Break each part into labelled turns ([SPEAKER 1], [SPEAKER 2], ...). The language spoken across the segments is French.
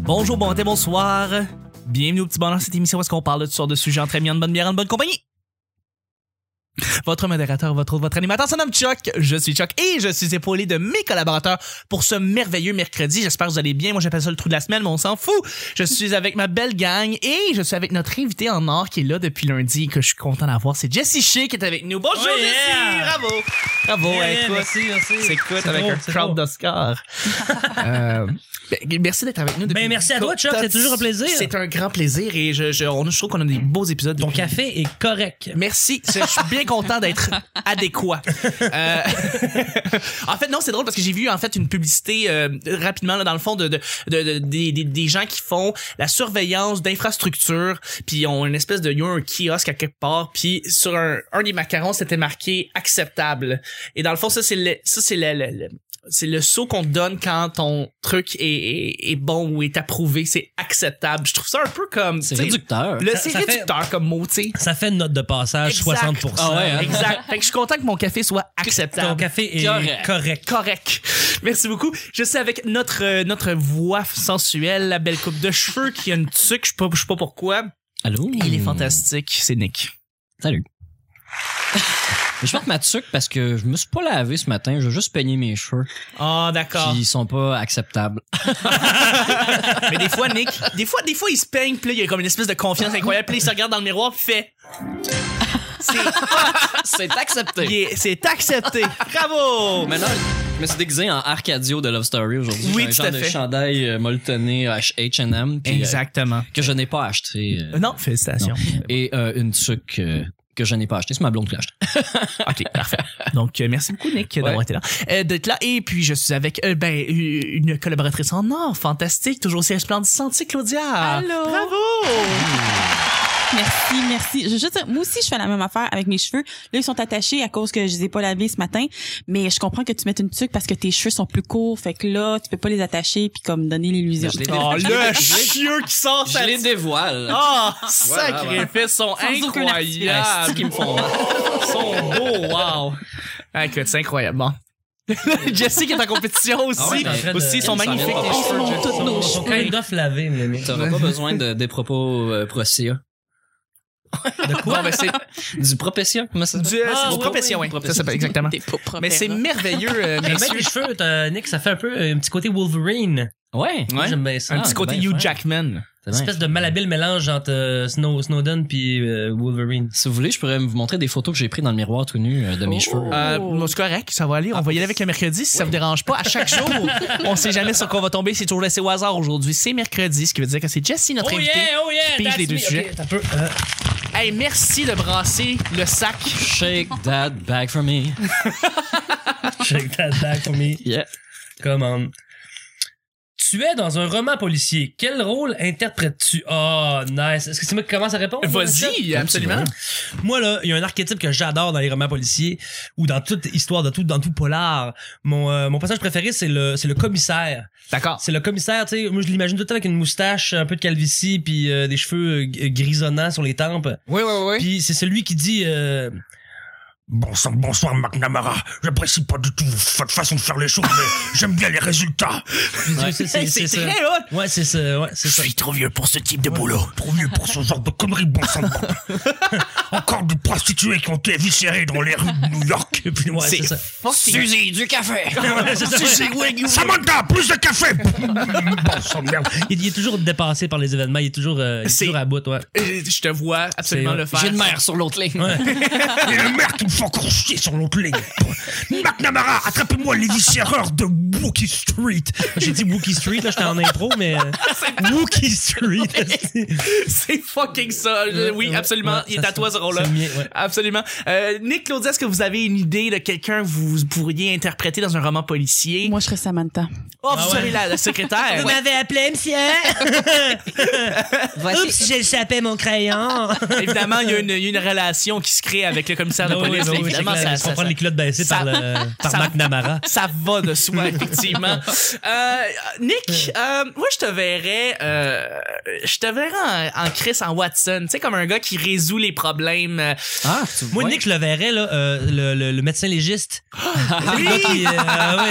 [SPEAKER 1] Bonjour, bon matin, bonsoir. Bienvenue au Petit Bonheur, cette émission où est-ce qu'on parle de toutes sortes de sujets entre amis, en bonne bière, en bonne compagnie. Votre modérateur, votre autre, votre animateur, son nom Chuck. Je suis Chuck et je suis épaulé de mes collaborateurs pour ce merveilleux mercredi. J'espère que vous allez bien. Moi, j'appelle ça le trou de la semaine, mais on s'en fout. Je suis avec ma belle gang et je suis avec notre invité en or qui est là depuis lundi et que je suis content d'avoir. C'est Jessie Shea qui est avec nous. Bonjour,
[SPEAKER 2] Oh, yeah!
[SPEAKER 1] Jessie! Bravo! Bravo!
[SPEAKER 2] Yeah,
[SPEAKER 1] écoute.
[SPEAKER 2] merci, merci.
[SPEAKER 1] C'est cool
[SPEAKER 2] C'est
[SPEAKER 1] avec
[SPEAKER 2] drôle,
[SPEAKER 1] un
[SPEAKER 2] c'est
[SPEAKER 1] crowd
[SPEAKER 2] drôle.
[SPEAKER 1] d'Oscar. Euh, ben, merci d'être avec nous. Depuis
[SPEAKER 2] Ben, merci à toi, Chuck.
[SPEAKER 1] T'as-
[SPEAKER 2] C'est toujours un plaisir.
[SPEAKER 1] C'est un grand plaisir et je, je- on, je trouve qu'on a des beaux épisodes.
[SPEAKER 2] Ton
[SPEAKER 1] depuis-
[SPEAKER 2] café est correct.
[SPEAKER 1] Merci, je suis bien content d'être adéquat. Euh, en fait, non, c'est drôle parce que j'ai vu en fait une publicité euh, rapidement là, dans le fond de, de, de- de- des, des- des gens qui font la surveillance d'infrastructures, puis ils ont une espèce de, ils ont un kiosque à quelque part, puis sur un, un des macarons c'était marqué acceptable. Et dans le fond, ça c'est le, ça c'est le, le- le- c'est le saut qu'on te donne quand ton truc est, est- est bon ou est approuvé, c'est acceptable. Je trouve ça un peu comme
[SPEAKER 3] C'est
[SPEAKER 1] tu sais,
[SPEAKER 3] réducteur.
[SPEAKER 1] Le,
[SPEAKER 2] Ça-
[SPEAKER 1] c'est
[SPEAKER 2] ça fait-
[SPEAKER 1] réducteur comme mot, tu sais.
[SPEAKER 2] Ça fait une note de passage
[SPEAKER 1] Exact.
[SPEAKER 2] 60%.
[SPEAKER 3] Ah ouais, hein?
[SPEAKER 1] Exact. Fait que je suis content que mon café soit acceptable.
[SPEAKER 2] Ton café est
[SPEAKER 3] Correct.
[SPEAKER 2] correct.
[SPEAKER 1] Correct. Merci beaucoup. Je suis avec notre euh, notre voix sensuelle, la belle coupe de cheveux qui a une tuque, je sais pas, je sais pas pourquoi.
[SPEAKER 3] Allô?
[SPEAKER 1] Il est fantastique, c'est Nick.
[SPEAKER 3] Salut. Je porte ma tuque parce que je me suis pas lavé ce matin, je vais juste peigner mes cheveux
[SPEAKER 1] Ah d'accord.
[SPEAKER 3] qui sont pas acceptables.
[SPEAKER 1] Mais des fois Nick, des fois des fois il se peigne, puis là, il y a comme une espèce de confiance incroyable, puis il se regarde dans le miroir, puis fait c'est
[SPEAKER 3] C'est
[SPEAKER 1] il
[SPEAKER 3] accepté.
[SPEAKER 1] est- c'est accepté. Bravo.
[SPEAKER 3] Maintenant, je me suis déguisé en Arcadio de Love Story aujourd'hui.
[SPEAKER 1] Oui,
[SPEAKER 3] J'ai un
[SPEAKER 1] tout
[SPEAKER 3] genre
[SPEAKER 1] à
[SPEAKER 3] de
[SPEAKER 1] fait.
[SPEAKER 3] chandail euh, molletonné H- H&M puis, euh,
[SPEAKER 1] Exactement.
[SPEAKER 3] que je n'ai pas acheté euh,
[SPEAKER 1] Non, félicitations.
[SPEAKER 3] et euh, une tuque euh, que je n'ai pas acheté, c'est ma blonde qui l'a acheté.
[SPEAKER 1] OK, parfait. Donc, euh, merci beaucoup, Nick, d'avoir
[SPEAKER 3] Ouais.
[SPEAKER 1] été là. Euh, d'être là. Et puis, je suis avec euh, ben, une collaboratrice en or, fantastique, toujours aussi resplendissante, c'est Claudia. Oh,
[SPEAKER 4] Allô?
[SPEAKER 1] Bravo!
[SPEAKER 4] Merci, merci. Je veux juste dire, moi aussi, je fais la même affaire avec mes cheveux. Là, ils sont attachés à cause que je les ai pas lavés ce matin. Mais je comprends que tu mettes une tuque parce que tes cheveux sont plus courts. Fait que là, tu peux pas les attacher puis comme donner l'illusion.
[SPEAKER 3] Je les-
[SPEAKER 1] Oh,
[SPEAKER 3] Je
[SPEAKER 1] le
[SPEAKER 3] l'ai-
[SPEAKER 1] chieux qui sort
[SPEAKER 3] Je
[SPEAKER 1] sa...
[SPEAKER 3] les dévoile.
[SPEAKER 1] Ah,
[SPEAKER 3] Voilà, voilà.
[SPEAKER 1] sacrifices sont
[SPEAKER 4] Sans aucun
[SPEAKER 3] Ah, c'est
[SPEAKER 1] incroyables.
[SPEAKER 3] qu'ils me font.
[SPEAKER 1] Ils sont beaux, wow. Ah, Écoute, c'est incroyable. Bon. Jessie qui est en compétition aussi.
[SPEAKER 3] Ah ouais, t'es en train de-
[SPEAKER 1] aussi, ils sont
[SPEAKER 3] elle, ça
[SPEAKER 1] magnifiques. Ah,
[SPEAKER 3] vient
[SPEAKER 1] tes
[SPEAKER 3] pas.
[SPEAKER 1] cheveux,
[SPEAKER 4] Ils sont
[SPEAKER 1] Jessie.
[SPEAKER 4] toutes nos
[SPEAKER 2] Ils sont quand même d'off lavés, mes amis.
[SPEAKER 3] T'auras pas besoin de, des propos euh, Procea.
[SPEAKER 1] De quoi? Ben, c'est
[SPEAKER 3] Du Propecia, comment ça
[SPEAKER 1] du,
[SPEAKER 3] s'appelle?
[SPEAKER 2] Ah,
[SPEAKER 1] c'est du
[SPEAKER 2] oui,
[SPEAKER 1] propétien,
[SPEAKER 3] oui.
[SPEAKER 1] oui. Ça s'appelle exactement.
[SPEAKER 4] T'es pas propre,
[SPEAKER 1] Ah. Mais c'est
[SPEAKER 4] là.
[SPEAKER 1] merveilleux, euh,
[SPEAKER 2] Mais même
[SPEAKER 1] messieurs.
[SPEAKER 2] les cheveux, t'as- Nick, ça fait un peu euh, un petit côté Wolverine.
[SPEAKER 3] Ouais.
[SPEAKER 2] Moi, J'aime bien ça.
[SPEAKER 1] Un
[SPEAKER 3] Ah,
[SPEAKER 1] petit
[SPEAKER 3] c'est
[SPEAKER 1] côté
[SPEAKER 3] bien
[SPEAKER 1] Hugh
[SPEAKER 3] fin.
[SPEAKER 1] Jackman.
[SPEAKER 3] C'est
[SPEAKER 2] Une
[SPEAKER 3] bien.
[SPEAKER 2] espèce de malhabile mélange entre euh, Snow- Snowden puis euh, Wolverine.
[SPEAKER 3] Si vous voulez, je pourrais vous montrer des photos que j'ai prises dans le miroir tout nu euh, de mes
[SPEAKER 4] Oh.
[SPEAKER 3] cheveux.
[SPEAKER 1] Euh,
[SPEAKER 4] Oh.
[SPEAKER 1] non, c'est correct, ça va aller. On va y aller avec le mercredi si ça vous dérange pas. À chaque jour, on sait jamais sur quoi on va tomber. C'est toujours laissé au hasard aujourd'hui. C'est mercredi, ce qui veut dire que c'est Jessie notre invitée.
[SPEAKER 2] oh yeah!
[SPEAKER 1] Pige les deux
[SPEAKER 2] me. Ok,
[SPEAKER 1] sujets.
[SPEAKER 2] t'as peu, euh,
[SPEAKER 1] Hey, merci de brasser le sac.
[SPEAKER 3] Shake that bag for me.
[SPEAKER 2] check that back for me.
[SPEAKER 3] Yeah.
[SPEAKER 2] Commande. Tu es dans un roman policier. Quel rôle interprètes-tu? Oh, nice. Est-ce que c'est moi qui commence à répondre?
[SPEAKER 1] Euh, Vas-y, absolument.
[SPEAKER 2] Moi, là, il y a un archétype que j'adore dans les romans policiers ou dans toute histoire de tout, dans tout polar. Mon, euh, mon passage préféré, c'est le, c'est le commissaire.
[SPEAKER 1] D'accord.
[SPEAKER 2] C'est le commissaire, tu sais. Moi, je l'imagine tout le temps avec une moustache, un peu de calvitie, puis euh, des cheveux euh, g- grisonnants sur les tempes.
[SPEAKER 1] Oui, oui, oui.
[SPEAKER 2] Puis c'est celui qui dit. euh,
[SPEAKER 5] Bonsoir, bonsoir McNamara. J'apprécie pas du tout votre façon de faire les choses, mais j'aime bien les résultats.
[SPEAKER 2] c'est- c'est- c'est- c'est ça.
[SPEAKER 1] très hot.
[SPEAKER 2] Ouais, c'est ça. Ouais, c'est
[SPEAKER 5] Je
[SPEAKER 2] ça.
[SPEAKER 5] suis trop vieux pour ce type de boulot. Trop vieux pour ce genre de conneries, bon sang. de bois. Encore des prostituées qui ont été éviscérées dans les rues de New York.
[SPEAKER 2] Et puis, ouais, c'est ça.
[SPEAKER 1] fucking-
[SPEAKER 3] Suzy, du café.
[SPEAKER 2] Ouais, c'est ça.
[SPEAKER 5] Samantha, plus de café Bon sang de merde.
[SPEAKER 2] Il, il est toujours dépassé par les événements. Il est toujours, euh, il est
[SPEAKER 1] C'est-
[SPEAKER 2] toujours à bout, ouais.
[SPEAKER 1] Euh, Je te vois absolument
[SPEAKER 2] C'est-
[SPEAKER 1] le faire.
[SPEAKER 3] J'ai une mère sur l'autre ligne.
[SPEAKER 5] Il y a un maire qui me fait encore chier sur l'autre ligne. McNamara, attrapez-moi les viscéreurs de Wookie Street.
[SPEAKER 2] J'ai dit Wookie Street, là, j'étais en impro, mais. euh, Wookie Street!
[SPEAKER 1] C'est fucking ça.
[SPEAKER 2] Ouais,
[SPEAKER 1] Euh, Oui,
[SPEAKER 2] ouais,
[SPEAKER 1] absolument.
[SPEAKER 2] ouais,
[SPEAKER 1] Il est
[SPEAKER 2] ça
[SPEAKER 1] à
[SPEAKER 2] se
[SPEAKER 1] toi
[SPEAKER 2] fait.
[SPEAKER 1] ce rôle-là.
[SPEAKER 2] C'est le mien, ouais.
[SPEAKER 1] Absolument. Euh, Nick, Claudia, est-ce que vous avez une idée de quelqu'un que vous pourriez interpréter dans un roman policier?
[SPEAKER 4] Moi, je serais Samantha.
[SPEAKER 1] Oh,
[SPEAKER 2] Ah
[SPEAKER 1] vous
[SPEAKER 2] ouais.
[SPEAKER 1] serez la, la secrétaire. Ouais.
[SPEAKER 2] m'avez appelé, monsieur! Oups, j'ai échappé mon crayon!
[SPEAKER 1] Évidemment, il y a une, une relation qui se crée avec le commissaire de
[SPEAKER 2] Ah oui,
[SPEAKER 1] police
[SPEAKER 2] ben oui,
[SPEAKER 1] évidemment,
[SPEAKER 2] c'est
[SPEAKER 1] ça-
[SPEAKER 2] clair, ils se
[SPEAKER 1] ça-
[SPEAKER 2] font prendre
[SPEAKER 1] ça-
[SPEAKER 2] les culottes baissées
[SPEAKER 1] ça-
[SPEAKER 2] par, le, par
[SPEAKER 1] ça-
[SPEAKER 2] McNamara.
[SPEAKER 1] Ça va de soi, effectivement. Euh, Nick, euh, moi, je te verrais, euh, je te verrais en, en Chris, en Watson. Tu sais, comme un gars qui résout les problèmes. euh,
[SPEAKER 3] Ah, tu
[SPEAKER 2] Moi,
[SPEAKER 3] vois.
[SPEAKER 2] Nick, je le verrais, là, euh, le, le- le médecin légiste.
[SPEAKER 1] Ah
[SPEAKER 2] Le gars qui, euh,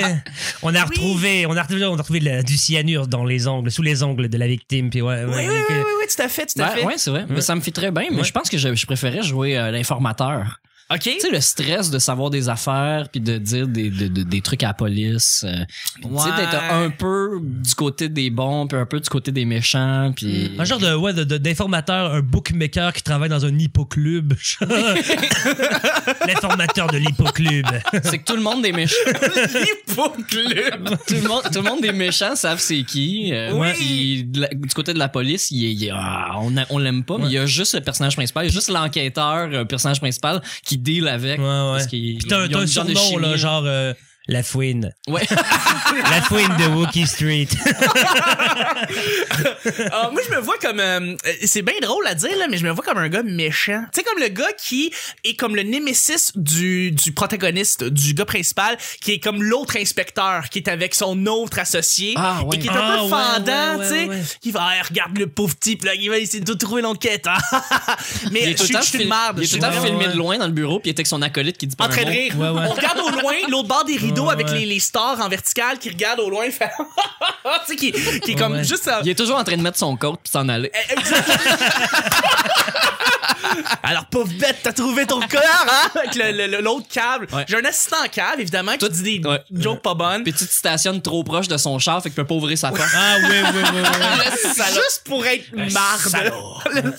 [SPEAKER 2] ouais. On a retrouvé, on a retrouvé, on a retrouvé de la- du cyanure dans les ongles, sous les ongles de la victime. Puis ouais, ouais,
[SPEAKER 1] Oui, oui,
[SPEAKER 2] Nick,
[SPEAKER 1] oui,
[SPEAKER 2] euh,
[SPEAKER 1] oui, oui, tout à fait, tout à
[SPEAKER 3] Ben,
[SPEAKER 1] fait.
[SPEAKER 3] ouais, c'est vrai. Mais ça me fit très bien, mais
[SPEAKER 2] Ouais.
[SPEAKER 3] je pense que je, je préférais jouer euh, l'informateur.
[SPEAKER 1] OK?
[SPEAKER 3] Tu sais, le stress de savoir des affaires puis de dire des, de- de- des trucs à la police. euh, puis Tu sais,
[SPEAKER 1] Ouais.
[SPEAKER 3] d'être un peu du côté des bons puis un peu du côté des méchants. Puis...
[SPEAKER 2] Un genre de, ouais, de- de- d'informateur, un bookmaker qui travaille dans un hippoclub. L'informateur de l'hippoclub.
[SPEAKER 3] C'est que tout le monde des méchants,
[SPEAKER 1] Hippoclub!
[SPEAKER 3] tout le monde, tout le monde des méchants savent c'est qui. euh,
[SPEAKER 1] Oui.
[SPEAKER 3] puis de la- du côté de la police, il, est- il est- ah, on, a- on l'aime pas, mais il y a juste le personnage principal, il y a juste l'enquêteur, euh, personnage principal qui deal avec.
[SPEAKER 2] Ouais, ouais.
[SPEAKER 3] Parce qu'il-
[SPEAKER 2] Puis t'as un,
[SPEAKER 3] ils
[SPEAKER 2] t'as
[SPEAKER 3] ont
[SPEAKER 2] un
[SPEAKER 3] une genre de
[SPEAKER 2] surnom, là,
[SPEAKER 3] chimie.
[SPEAKER 2] genre euh, La Fouine.
[SPEAKER 3] Ouais.
[SPEAKER 2] La Fouine de Wookie Street.
[SPEAKER 1] Ah, moi, je me vois comme... euh, euh, c'est bien drôle à dire, là, mais je me vois comme un gars méchant. Tu sais, comme le gars qui est comme le némésis du, du protagoniste, du gars principal, qui est comme l'autre inspecteur, qui est avec son autre associé,
[SPEAKER 3] Ah, ouais.
[SPEAKER 1] et qui est un
[SPEAKER 2] Ah,
[SPEAKER 1] peu
[SPEAKER 2] ouais,
[SPEAKER 1] fendant,
[SPEAKER 2] ouais, ouais,
[SPEAKER 1] tu sais,
[SPEAKER 2] ouais.
[SPEAKER 1] qui va, Ah, regarde le pauvre type, là, il va essayer de trouver l'enquête. hein. mais je suis je suis une
[SPEAKER 3] fil-
[SPEAKER 1] merde.
[SPEAKER 3] il est
[SPEAKER 1] je
[SPEAKER 3] tout
[SPEAKER 1] suis
[SPEAKER 3] le temps
[SPEAKER 1] une
[SPEAKER 2] Ouais,
[SPEAKER 1] merde.
[SPEAKER 3] filmé
[SPEAKER 2] ouais.
[SPEAKER 3] de loin dans le bureau, puis il était avec son acolyte qui dit pas
[SPEAKER 1] En train
[SPEAKER 3] un
[SPEAKER 1] de
[SPEAKER 3] mot.
[SPEAKER 1] rire.
[SPEAKER 2] Ouais, ouais.
[SPEAKER 1] On regarde au loin, l'autre bord des rideaux
[SPEAKER 2] Ouais,
[SPEAKER 1] avec
[SPEAKER 2] ouais.
[SPEAKER 1] les, les stars en verticale qui regardent au loin, fait tu sais, qui, qui est comme
[SPEAKER 2] Ouais.
[SPEAKER 1] juste. euh,
[SPEAKER 3] Il est toujours en train de mettre son coat puis s'en aller.
[SPEAKER 1] Alors, pauvre bête, t'as trouvé ton colère, hein? Avec le- le- le- l'autre câble.
[SPEAKER 3] Ouais.
[SPEAKER 1] J'ai un assistant en câble, évidemment, qui
[SPEAKER 3] Toi,
[SPEAKER 1] dit des
[SPEAKER 3] ouais.
[SPEAKER 1] jokes pas bonnes.
[SPEAKER 3] Puis tu te stationnes trop proche de son char, fait qu'il peut pas ouvrir sa porte.
[SPEAKER 2] Ah oui, oui, oui, oui.
[SPEAKER 1] Juste pour être marde. Le-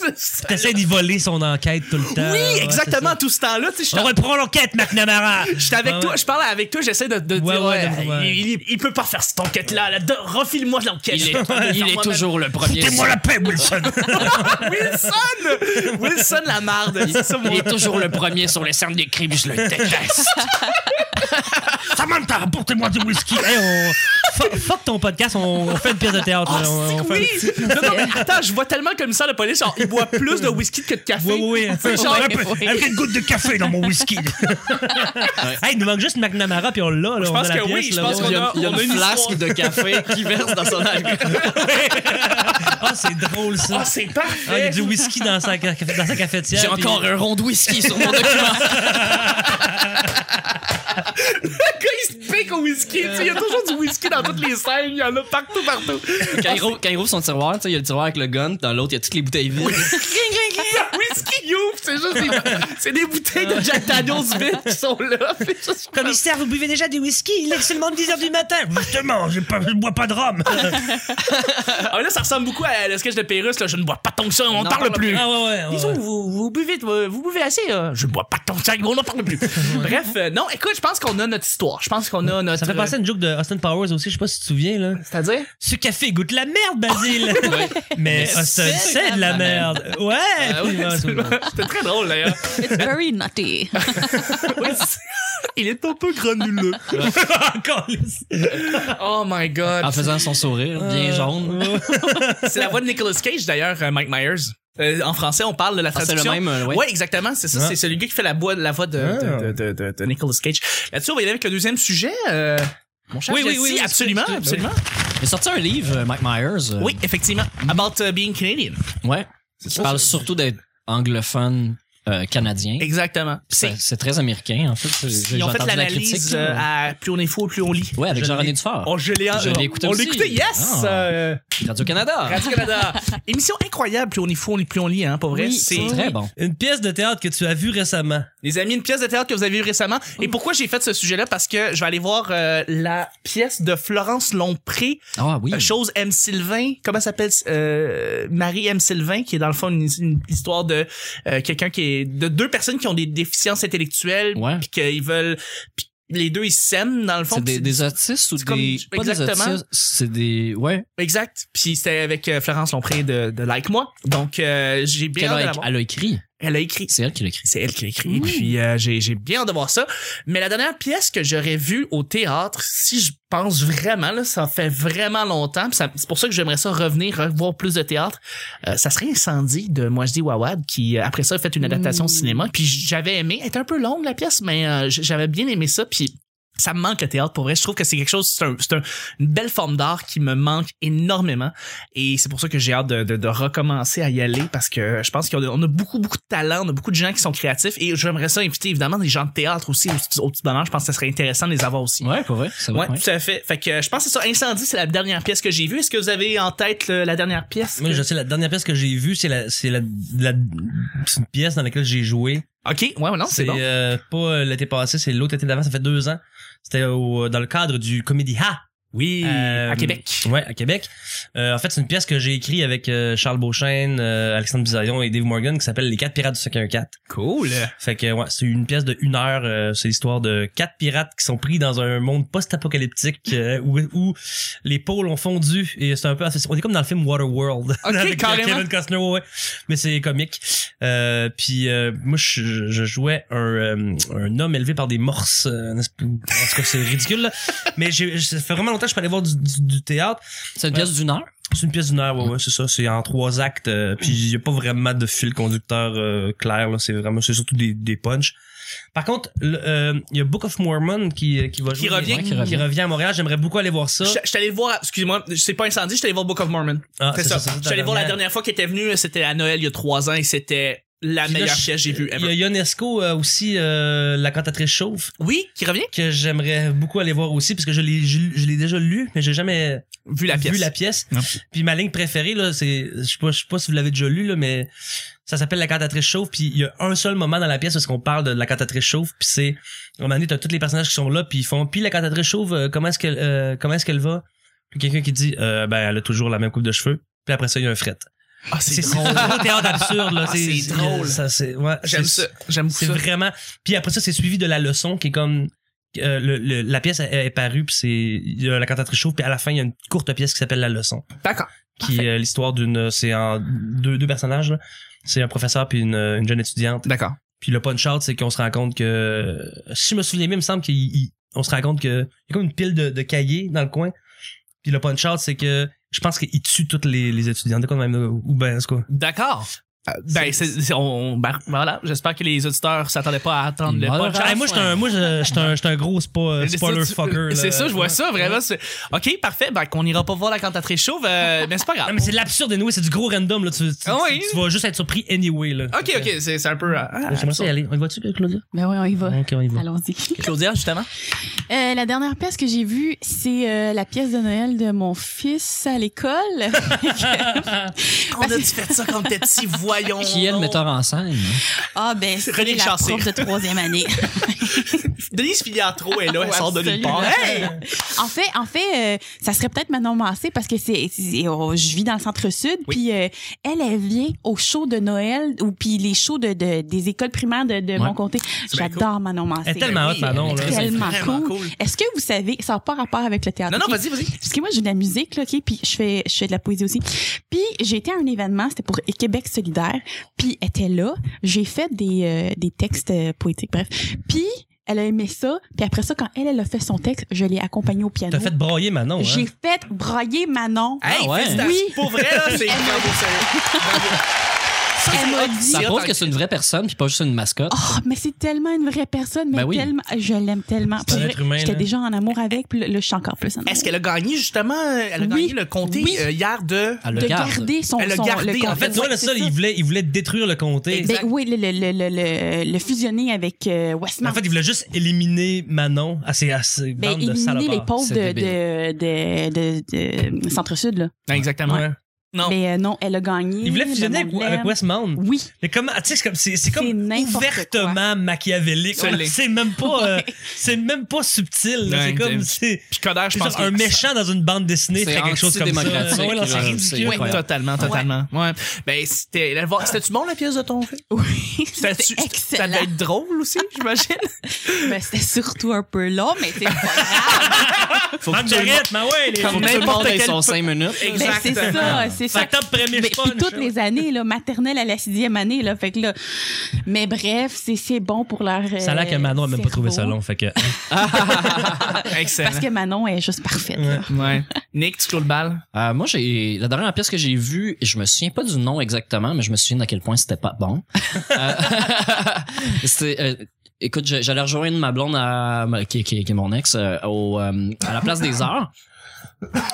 [SPEAKER 2] T'essaies d'y voler son enquête tout le
[SPEAKER 3] Euh,
[SPEAKER 2] temps.
[SPEAKER 1] oui,
[SPEAKER 2] Ouais,
[SPEAKER 1] exactement, tout ce temps-là, tu sais, je
[SPEAKER 2] c'est
[SPEAKER 1] suis
[SPEAKER 2] ça. On reprend l'enquête, McNamara.
[SPEAKER 1] J'étais avec
[SPEAKER 2] Ouais,
[SPEAKER 1] toi,
[SPEAKER 2] ouais.
[SPEAKER 1] je parle avec toi, j'essaie de, de
[SPEAKER 2] Ouais,
[SPEAKER 1] dire, ouais,
[SPEAKER 2] ouais, de- ouais.
[SPEAKER 1] Il, il- il peut pas faire cette enquête-là, là, De- refile-moi de l'enquête.
[SPEAKER 3] Il
[SPEAKER 1] je
[SPEAKER 3] est,
[SPEAKER 1] vais faire
[SPEAKER 3] il est
[SPEAKER 1] moi-même.
[SPEAKER 3] toujours le premier.
[SPEAKER 5] Foutez-moi la paix, Wilson.
[SPEAKER 1] Wilson! Wilson la marde, c'est ça mon
[SPEAKER 3] Il est toujours le premier sur les scènes des crimes. Je le
[SPEAKER 5] Déteste. Samantha, rapportez-moi du whisky.
[SPEAKER 2] Hey, on... Fuck- Fuck ton podcast, on, on fait une pièce de théâtre.
[SPEAKER 1] Ah,
[SPEAKER 2] là. on, on
[SPEAKER 1] c'est-
[SPEAKER 2] fait-
[SPEAKER 1] oui! Non, non, mais attends, je vois tellement le commissaire de police, genre, il boit plus de whisky que de café.
[SPEAKER 2] Oui, oui, oui.
[SPEAKER 1] C'est genre,
[SPEAKER 5] Un peu- Avec une goutte de café dans mon whisky.
[SPEAKER 2] Hey, il nous manque juste McNamara, puis on l'a. là,
[SPEAKER 1] Je
[SPEAKER 2] on
[SPEAKER 1] pense
[SPEAKER 2] a la
[SPEAKER 1] que oui,
[SPEAKER 2] pièce,
[SPEAKER 1] je
[SPEAKER 2] là.
[SPEAKER 1] pense qu'on
[SPEAKER 3] Il y a, il y a
[SPEAKER 1] On a
[SPEAKER 3] une
[SPEAKER 1] une
[SPEAKER 3] flasque
[SPEAKER 1] histoire.
[SPEAKER 3] de café qui verse dans son alcool.
[SPEAKER 2] Ah, c'est drôle, ça.
[SPEAKER 1] Ah, c'est
[SPEAKER 2] Ah, il y
[SPEAKER 1] parfait!
[SPEAKER 2] a du whisky dans sa, ca- dans sa cafetière.
[SPEAKER 3] J'ai
[SPEAKER 2] puis-
[SPEAKER 3] encore un rond de whisky sur mon document.
[SPEAKER 1] Le gars, il se pique au whisky. tu sais, Il y a toujours du whisky dans toutes les scènes. Il y en a partout, partout.
[SPEAKER 3] Quand il, rouvre, quand il rouvre son tiroir, tu sais, il y a le tiroir avec le gun, puis dans l'autre, il y a toutes les bouteilles vides.
[SPEAKER 1] Le whisky il ouvre. C'est juste des, c'est des bouteilles de Jack Daniels vides qui sont là. C'est juste-
[SPEAKER 2] Commissaire, vous buvez déjà du whisky? Il est seulement 10h du matin.
[SPEAKER 5] Justement, j'ai pas- je bois pas de rhum.
[SPEAKER 1] Ah, là, ça ressemble beaucoup à le sketch de Pérus. Là. Je ne bois pas tant que ça. On n'en
[SPEAKER 3] N'en
[SPEAKER 1] parle
[SPEAKER 3] parle
[SPEAKER 1] plus.
[SPEAKER 2] Ah, ouais, ouais. ouais,
[SPEAKER 1] Disons,
[SPEAKER 2] ouais.
[SPEAKER 1] vous, vous buvez, euh, vous buvez assez. euh, Je ne bois pas tant que ça. On n'en parle plus. Bref, euh, non, écoute, je pense qu'on a notre histoire. Je pense qu'on a notre.
[SPEAKER 2] Ça fait penser à une joke de Austin Powers aussi, je sais pas si tu te souviens, là.
[SPEAKER 1] C'est-à-dire?
[SPEAKER 2] Ce café goûte la merde, Basile! Mais
[SPEAKER 3] Mais
[SPEAKER 2] Austin, c'est de la merde! Ouais!
[SPEAKER 1] Ah oui,
[SPEAKER 2] Ouais, c'est
[SPEAKER 1] absolument.
[SPEAKER 2] bon.
[SPEAKER 1] C'était très drôle, d'ailleurs.
[SPEAKER 4] It's very naughty.
[SPEAKER 1] Oui, c'est- Il est un peu granuleux.
[SPEAKER 2] Encore les-
[SPEAKER 1] Oh my god.
[SPEAKER 3] En faisant son sourire, bien jaune.
[SPEAKER 1] C'est la voix de Nicolas Cage, d'ailleurs, euh, Mike Myers. Euh, en français, on parle de la
[SPEAKER 3] Ah, c'est
[SPEAKER 1] traduction.
[SPEAKER 3] le même, euh, ouais.
[SPEAKER 1] exactement. C'est ça. C'est celui gars qui fait la voix, la voy de, de, de, de- de Nicolas Cage. Là-dessus, on va y aller avec le deuxième sujet. euh, mon cher
[SPEAKER 3] Oui, oui,
[SPEAKER 1] Jesse.
[SPEAKER 3] oui, oui,
[SPEAKER 1] absolument,
[SPEAKER 3] excuse- excuse-
[SPEAKER 1] absolument.
[SPEAKER 3] Il a sorti un livre, euh, Mike Myers. euh,
[SPEAKER 1] Oui, effectivement. About uh, being Canadian.
[SPEAKER 3] Ouais.
[SPEAKER 5] Oh,
[SPEAKER 3] Il parle surtout d'être anglophone euh, canadien.
[SPEAKER 1] Exactement.
[SPEAKER 3] C'est
[SPEAKER 1] C'est,
[SPEAKER 3] c'est très américain, en fait. J'ai-
[SPEAKER 1] ils ont
[SPEAKER 3] j'ai
[SPEAKER 1] fait
[SPEAKER 3] entendu la
[SPEAKER 1] l'analyse
[SPEAKER 3] critique,
[SPEAKER 1] euh,
[SPEAKER 3] là.
[SPEAKER 1] à plus on est fou, plus on lit.
[SPEAKER 3] Ouais, avec
[SPEAKER 2] Je l'ai-
[SPEAKER 3] Jean-René Dufort.
[SPEAKER 1] Oh, je l'ai,
[SPEAKER 3] Je l'ai écouté
[SPEAKER 1] on
[SPEAKER 3] aussi.
[SPEAKER 1] l'écoutait, yes!
[SPEAKER 3] Ah.
[SPEAKER 1] euh,
[SPEAKER 3] Radio-Canada.
[SPEAKER 1] Radio-Canada. Émission incroyable, plus on est fou, plus on lit, hein, pas vrai?
[SPEAKER 3] Oui, c'est très bon.
[SPEAKER 2] Une pièce de théâtre que tu as vue récemment.
[SPEAKER 1] Les amis, une pièce de théâtre que vous avez vue récemment. Et pourquoi j'ai fait ce sujet-là? Parce que je vais aller voir euh, la pièce de Florence Lompré,
[SPEAKER 3] Ah oui.
[SPEAKER 1] euh, chose M. Sylvain. Comment s'appelle? euh, Marie M. Sylvain, qui est dans le fond une, une histoire de euh, quelqu'un qui est... de deux personnes qui ont des déficiences intellectuelles,
[SPEAKER 3] Ouais.
[SPEAKER 1] puis qu'ils veulent... puis les deux, ils s'aiment, dans le fond.
[SPEAKER 3] C'est des,
[SPEAKER 1] puis
[SPEAKER 3] des autistes ou des.
[SPEAKER 1] c'est comme-
[SPEAKER 3] pas des
[SPEAKER 1] exactement.
[SPEAKER 3] autistes, c'est des. Ouais.
[SPEAKER 1] Exact. Puis c'était avec euh, Florence Lompré de, de Like Moi. Donc, euh, j'ai bien
[SPEAKER 3] Qu'elle
[SPEAKER 1] hâte de
[SPEAKER 3] a,
[SPEAKER 1] la voir.
[SPEAKER 3] elle a écrit.
[SPEAKER 1] Elle a écrit.
[SPEAKER 3] C'est elle qui l'a écrit.
[SPEAKER 1] C'est elle qui l'a écrit. Puis euh, j'ai, j'ai bien hâte de voir ça. Mais la dernière pièce que j'aurais vue au théâtre, si je pense vraiment, là, ça fait vraiment longtemps. puis ça- c'est pour ça que j'aimerais ça revenir, revoir plus de théâtre. euh, ça serait Incendie de Moi je dis Wawad, qui euh, après ça a fait une adaptation au cinéma. Puis j'avais aimé. Elle était un peu longue la pièce, mais euh, j- j'avais bien aimé ça. Puis ça me manque le théâtre pour vrai. Je trouve que c'est quelque chose, c'est un- c'est un- une belle forme d'art qui me manque énormément. Et c'est pour ça que j'ai hâte de, de- de recommencer à y aller parce que je pense qu'on a, on a beaucoup, beaucoup de talent, on a beaucoup de gens qui sont créatifs et j'aimerais ça inviter évidemment des gens de théâtre aussi au, petit- au petit bonheur. Je pense que ça serait intéressant de les avoir aussi.
[SPEAKER 3] Ouais, pour vrai. Ça va,
[SPEAKER 1] Ouais, tout à fait. Fait que euh, je pense que c'est ça. Incendie, c'est la dernière pièce que j'ai vue. Est-ce que vous avez en tête le- la dernière pièce?
[SPEAKER 2] Moi,
[SPEAKER 1] que-
[SPEAKER 2] je sais, la dernière pièce que j'ai vue, c'est la, c'est la, la, c'est une pièce dans laquelle j'ai joué.
[SPEAKER 1] Ok, ouais, ouais, non, c'est bon.
[SPEAKER 2] euh, pas euh, l'été passé, c'est l'autre été d'avant, ça fait deux ans. C'était au- euh, dans le cadre du Comédie Ha.
[SPEAKER 1] Oui,
[SPEAKER 2] euh,
[SPEAKER 1] à Québec.
[SPEAKER 2] Ouais, à Québec. Euh, en fait, c'est une pièce que j'ai écrite avec euh, Charles Beauchesne, euh, Alexandre Bisaillon et Dave Morgan qui s'appelle Les quatre pirates du 514.
[SPEAKER 1] Cool.
[SPEAKER 2] Fait que ouais, c'est une pièce de une heure. euh, c'est l'histoire de quatre pirates qui sont pris dans un monde post-apocalyptique euh, où, où les pôles ont fondu et c'est un peu on est comme dans le film Waterworld
[SPEAKER 1] Ok,
[SPEAKER 2] avec euh,
[SPEAKER 1] carrément.
[SPEAKER 2] Kevin Costner, ouais, ouais. mais c'est comique. Euh, puis euh, moi je, je- je jouais un, euh, un homme élevé par des morses. euh, n'est-ce pas? en tout cas c'est ridicule. Là. Mais j'ai, ça fait vraiment longtemps que je suis pas allé voir du, du- du théâtre.
[SPEAKER 3] C'est une pièce d'une heure.
[SPEAKER 2] C'est une pièce d'une heure, ouais, ouais, c'est ça. C'est en trois actes. euh, puis il y a pas vraiment de fil conducteur euh, clair. Là, c'est vraiment, c'est surtout des, des punchs. Par contre, le, euh, il y a Book of Mormon qui euh, qui va
[SPEAKER 1] Qui
[SPEAKER 2] jouer-
[SPEAKER 1] revient.
[SPEAKER 2] ouais, qui revient, à Montréal. J'aimerais beaucoup aller voir ça.
[SPEAKER 1] Je je suis allé voir, excusez-moi, c'est pas incendie, je suis allé voir Book of Mormon.
[SPEAKER 2] Ah,
[SPEAKER 1] c'est ça.
[SPEAKER 2] c'est
[SPEAKER 1] Je suis allé voir la dernière fois qu'il était venu, c'était à Noël il y a trois ans et c'était la
[SPEAKER 2] Puis là,
[SPEAKER 1] meilleure
[SPEAKER 2] je-
[SPEAKER 1] pièce que j'ai vue
[SPEAKER 2] Il
[SPEAKER 1] ever.
[SPEAKER 2] y a Ionesco euh, aussi, euh, la cantatrice chauve,
[SPEAKER 1] Oui, qui revient?
[SPEAKER 2] que j'aimerais beaucoup aller voir aussi, parce que je l'ai, je, je l'ai déjà lu, mais j'ai jamais
[SPEAKER 1] Vu la pièce.
[SPEAKER 2] vu la pièce.
[SPEAKER 1] Non.
[SPEAKER 2] Puis ma ligne préférée, là, c'est, je sais pas, je sais pas si vous l'avez déjà lu, là, mais ça s'appelle La cantatrice chauve, puis il y a un seul moment dans la pièce où est-ce qu'on parle de la cantatrice chauve, puis c'est, à un moment donné, t'as tous les personnages qui sont là, puis ils font, puis la cantatrice chauve, euh, comment est-ce qu'elle, euh, comment est-ce qu'elle va? Puis quelqu'un qui dit, euh, ben, elle a toujours la même coupe de cheveux. Puis après ça, il y a un fret.
[SPEAKER 1] Ah,
[SPEAKER 2] C'est son gros théâtre absurde, là.
[SPEAKER 1] Ah, c'est drôle.
[SPEAKER 2] Ça, c'est, ouais,
[SPEAKER 1] J'aime
[SPEAKER 2] c'est-
[SPEAKER 1] ça. J'aime beaucoup
[SPEAKER 2] c'est
[SPEAKER 1] ça.
[SPEAKER 2] vraiment. Puis après ça, c'est suivi de la leçon qui est comme euh, le, le- la pièce est, est parue puis c'est il y a la cantatrice chauve puis à la fin il y a une courte pièce qui s'appelle la leçon
[SPEAKER 1] D'accord.
[SPEAKER 2] qui est euh, l'histoire d'une c'est en deux, deux personnages là. c'est un professeur puis une, une jeune étudiante
[SPEAKER 1] D'accord.
[SPEAKER 2] puis le punch out c'est qu'on se rend compte que si je me souviens bien il me semble qu'il il- on se rend compte que il y a comme une pile de, de cahiers dans le coin puis le punch out c'est que je pense qu'il tue toutes les, les étudiantes de quoi de même là, ou ben c'est quoi
[SPEAKER 1] D'accord. Euh, ben, c'est, c'est- on, ben, voilà. J'espère que les auditeurs s'attendaient pas à attendre le
[SPEAKER 3] Mother
[SPEAKER 1] podcast.
[SPEAKER 3] Ah,
[SPEAKER 2] Ah, moi, j'étais un, moi, je- j'étais un, j'étais un gros spo-
[SPEAKER 1] C'est ça,
[SPEAKER 2] spoiler
[SPEAKER 1] tu-
[SPEAKER 2] fucker. là.
[SPEAKER 1] C'est ça, je vois ça, vraiment. c'est- Ok, parfait. Ben, qu'on ira pas voir la cantatrice chauve, euh, mais c'est pas grave.
[SPEAKER 2] Non, mais c'est de l'absurde, anyway, c'est du gros random, là. Tu, tu,
[SPEAKER 1] Ah oui?
[SPEAKER 2] tu vas juste être surpris, anyway, là.
[SPEAKER 1] Ok, ok, c'est, c'est un peu. euh, ah,
[SPEAKER 2] J'aimerais ça y aller. On y va-tu, Claudia?
[SPEAKER 4] Ben oui, on y va.
[SPEAKER 2] Ok, on y va.
[SPEAKER 4] Allons-y.
[SPEAKER 1] Claudia, justement.
[SPEAKER 4] Euh, la dernière pièce que j'ai vue, c'est euh, la pièce de Noël de mon fils à l'école.
[SPEAKER 1] On a dû faire ça quand t'étais petit, voyons.
[SPEAKER 3] Qui est le metteur en scène? hein?
[SPEAKER 4] Ah ben, c'est
[SPEAKER 1] René
[SPEAKER 4] la
[SPEAKER 1] Chancé.
[SPEAKER 4] prof de troisième année.
[SPEAKER 1] Denise Filiatro est là, elle
[SPEAKER 4] Ouais,
[SPEAKER 1] sort de nulle part. Hey!
[SPEAKER 4] absolument. En fait, en fait, euh, ça serait peut-être Manon Massé parce que c'est, c'est- oh, je vis dans le centre-sud,
[SPEAKER 1] Oui.
[SPEAKER 4] puis euh, elle, elle vient aux shows de Noël ou puis les shows de, de- des écoles primaires de, de mon comté.
[SPEAKER 1] bien
[SPEAKER 4] J'adore Manon Massé.
[SPEAKER 2] Elle est tellement
[SPEAKER 1] Ben
[SPEAKER 2] hot,
[SPEAKER 1] oui,
[SPEAKER 2] Manon,
[SPEAKER 4] elle
[SPEAKER 2] là.
[SPEAKER 4] est tellement
[SPEAKER 1] vraiment
[SPEAKER 4] cool.
[SPEAKER 1] cool.
[SPEAKER 4] Est-ce que vous savez, ça n'a pas rapport avec le théâtre
[SPEAKER 1] Non, non,
[SPEAKER 4] ok?
[SPEAKER 1] vas-y, vas-y.
[SPEAKER 4] Parce que moi, j'ai de la musique, là, OK? Puis je fais, je fais de la poésie aussi. Puis j'ai été à un événement, c'était pour Québec solidaire. Puis elle était là. J'ai fait des, euh, des textes euh, poétiques, bref. Puis elle a aimé ça. Puis après ça, quand elle, elle a fait son texte, je l'ai accompagnée au piano.
[SPEAKER 2] T'as fait brailler, Manon,
[SPEAKER 4] J'ai
[SPEAKER 2] hein?
[SPEAKER 4] fait brailler Manon.
[SPEAKER 1] Hey,
[SPEAKER 3] Ah ouais.
[SPEAKER 1] félicitations.
[SPEAKER 4] Oui.
[SPEAKER 1] Pour vrai, là, c'est bravo, sérieux. Ça,
[SPEAKER 4] Elle
[SPEAKER 1] c'est
[SPEAKER 4] m'a
[SPEAKER 1] hot,
[SPEAKER 4] dit-
[SPEAKER 1] ça,
[SPEAKER 3] Ça prouve
[SPEAKER 1] tant-
[SPEAKER 3] que c'est une vraie personne puis pas juste une mascotte.
[SPEAKER 4] Oh, mais c'est tellement une vraie personne, mais
[SPEAKER 3] Ben oui.
[SPEAKER 4] tellement, je l'aime tellement.
[SPEAKER 2] C'est un
[SPEAKER 4] Pour
[SPEAKER 2] être
[SPEAKER 4] vrai,
[SPEAKER 2] humain,
[SPEAKER 4] J'étais
[SPEAKER 2] là.
[SPEAKER 4] déjà en amour avec, puis là, je suis encore plus en amour.
[SPEAKER 1] Est-ce qu'elle a gagné, justement, euh, elle a
[SPEAKER 4] Oui.
[SPEAKER 1] gagné le comté
[SPEAKER 4] Oui.
[SPEAKER 1] euh, hier de.
[SPEAKER 3] Elle
[SPEAKER 4] de
[SPEAKER 3] le garde.
[SPEAKER 4] garder son,
[SPEAKER 1] Elle a
[SPEAKER 4] son-
[SPEAKER 1] gardé,
[SPEAKER 4] le
[SPEAKER 1] en
[SPEAKER 2] En fait,
[SPEAKER 4] concept.
[SPEAKER 2] toi, là,
[SPEAKER 4] C'est
[SPEAKER 2] ça,
[SPEAKER 4] ça.
[SPEAKER 2] il voulait, il voulait détruire le comté.
[SPEAKER 1] Exact.
[SPEAKER 4] Ben oui, le, le, le, le, le, le fusionner avec euh, Westmount.
[SPEAKER 2] En fait, il voulait juste éliminer Manon à ses, à ses
[SPEAKER 4] ben,
[SPEAKER 2] bandes de
[SPEAKER 4] éliminer les
[SPEAKER 2] salopards.
[SPEAKER 4] pauvres de,
[SPEAKER 3] C'est
[SPEAKER 4] de, de, de, de Centre-Sud. Là.
[SPEAKER 1] Ah, Exactement.
[SPEAKER 2] Ouais.
[SPEAKER 1] Non.
[SPEAKER 4] Mais euh, non, elle a gagné.
[SPEAKER 2] Il voulait
[SPEAKER 4] le
[SPEAKER 2] fusionner avec,
[SPEAKER 4] monde
[SPEAKER 2] avec
[SPEAKER 4] l'aime.
[SPEAKER 2] Westmount.
[SPEAKER 4] Oui,
[SPEAKER 2] Mais comment, tu sais, c'est comme, c'est, c'est comme
[SPEAKER 4] C'est n'importe
[SPEAKER 2] ouvertement machiavélique.
[SPEAKER 1] Ça l'est.
[SPEAKER 2] C'est même pas, euh, c'est même pas subtil. là.
[SPEAKER 1] Ouais,
[SPEAKER 2] c'est comme,
[SPEAKER 1] t'es-
[SPEAKER 2] c'est,
[SPEAKER 1] Puis Coder, je
[SPEAKER 2] c'est
[SPEAKER 1] pense
[SPEAKER 2] genre un
[SPEAKER 1] que-
[SPEAKER 2] méchant dans une bande dessinée
[SPEAKER 3] C'est
[SPEAKER 2] fait quelque chose comme ça.
[SPEAKER 3] antidémocratique,
[SPEAKER 2] Ouais, non, c'est
[SPEAKER 3] là,
[SPEAKER 2] ridicule.
[SPEAKER 3] c'est-
[SPEAKER 1] Oui,
[SPEAKER 3] incroyable.
[SPEAKER 1] totalement, totalement. Ouais. Ben, c'était, elle va- c'était-tu bon, la pièce de ton fils?
[SPEAKER 4] oui.
[SPEAKER 1] C'était-tu-
[SPEAKER 4] C'était
[SPEAKER 1] Ça
[SPEAKER 4] excellent.
[SPEAKER 1] devait être drôle aussi, j'imagine.
[SPEAKER 4] Ben, c'était surtout un peu long, mais c'est pas grave.
[SPEAKER 3] Faut
[SPEAKER 2] Marc
[SPEAKER 3] que tout le
[SPEAKER 1] Ah,
[SPEAKER 3] monde-
[SPEAKER 2] Jarrette, mais ouais, les-
[SPEAKER 3] faut que tout le
[SPEAKER 1] n'importe
[SPEAKER 3] monde ait
[SPEAKER 1] quel
[SPEAKER 3] son
[SPEAKER 1] peu-
[SPEAKER 3] 5 minutes.
[SPEAKER 4] Ben, c'est
[SPEAKER 1] Exactement.
[SPEAKER 4] ça. c'est ça.
[SPEAKER 2] Fait que top prémisse
[SPEAKER 4] Mais,
[SPEAKER 2] fun,
[SPEAKER 4] puis toutes
[SPEAKER 2] Charles.
[SPEAKER 4] les années, là, maternelle à la sixième année, là, fait que là. Mais bref, c'est, c'est bon pour leur. euh,
[SPEAKER 2] Ça a l'air que Manon a même pas trouvé ça
[SPEAKER 4] cerveau.
[SPEAKER 2] long, fait que.
[SPEAKER 1] Excellent.
[SPEAKER 4] Parce que Manon est juste parfaite. là.
[SPEAKER 1] Ouais. Nick, tu clôt le bal.
[SPEAKER 3] Euh, moi, j'ai la dernière pièce que j'ai vue, et je me souviens pas du nom exactement, mais je me souviens à quel point c'était pas bon. Euh, c'était, euh, écoute, je- j'allais rejoindre ma blonde à, qui, qui, qui est mon ex euh, au, euh, à la place des arts.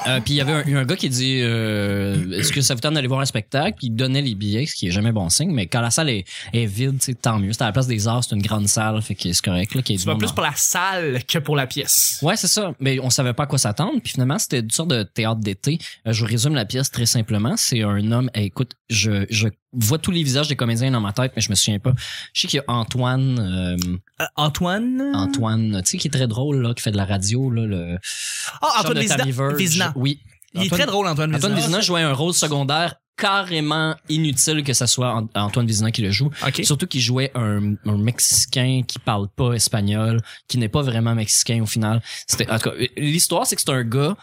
[SPEAKER 3] Euh, puis il y avait un, un gars qui dit euh, est-ce que ça vous tente d'aller voir un spectacle puis il donnait les billets ce qui est jamais bon signe mais quand la salle est, est vide tu sais, tant mieux c'était à la place des arts c'est une grande salle fait que c'est correct là qu'il y ait
[SPEAKER 1] Tu
[SPEAKER 3] du
[SPEAKER 1] vas
[SPEAKER 3] monde
[SPEAKER 1] plus
[SPEAKER 3] dans-
[SPEAKER 1] pour la salle que pour la pièce.
[SPEAKER 3] Ouais, c'est ça. Mais on savait pas à quoi s'attendre. Puis finalement, c'était une sorte de théâtre d'été. Euh, je vous résume la pièce très simplement. C'est un homme. eh, écoute, je, je vois tous les visages des comédiens dans ma tête, mais je me souviens pas. Je sais qu'il y a Antoine, euh,
[SPEAKER 1] Euh, Antoine.
[SPEAKER 3] Antoine, tu sais, qui est très drôle là, qui fait de la radio là. Le
[SPEAKER 1] Ah,
[SPEAKER 3] Charles
[SPEAKER 1] Antoine
[SPEAKER 3] de
[SPEAKER 1] Vézina.
[SPEAKER 3] Tabliverge.
[SPEAKER 1] Vézina.
[SPEAKER 3] Oui.
[SPEAKER 1] Il est
[SPEAKER 3] Antoine-
[SPEAKER 1] très drôle, Antoine
[SPEAKER 3] Antoine
[SPEAKER 1] Vézina.
[SPEAKER 3] Vézina jouait un rôle secondaire carrément inutile que ce soit An- Antoine Vézina qui le joue.
[SPEAKER 1] OK.
[SPEAKER 3] Surtout qu'il jouait un, un Mexicain qui parle pas espagnol, qui n'est pas vraiment Mexicain au final. C'était, en tout cas, l'histoire, c'est que c'est un gars,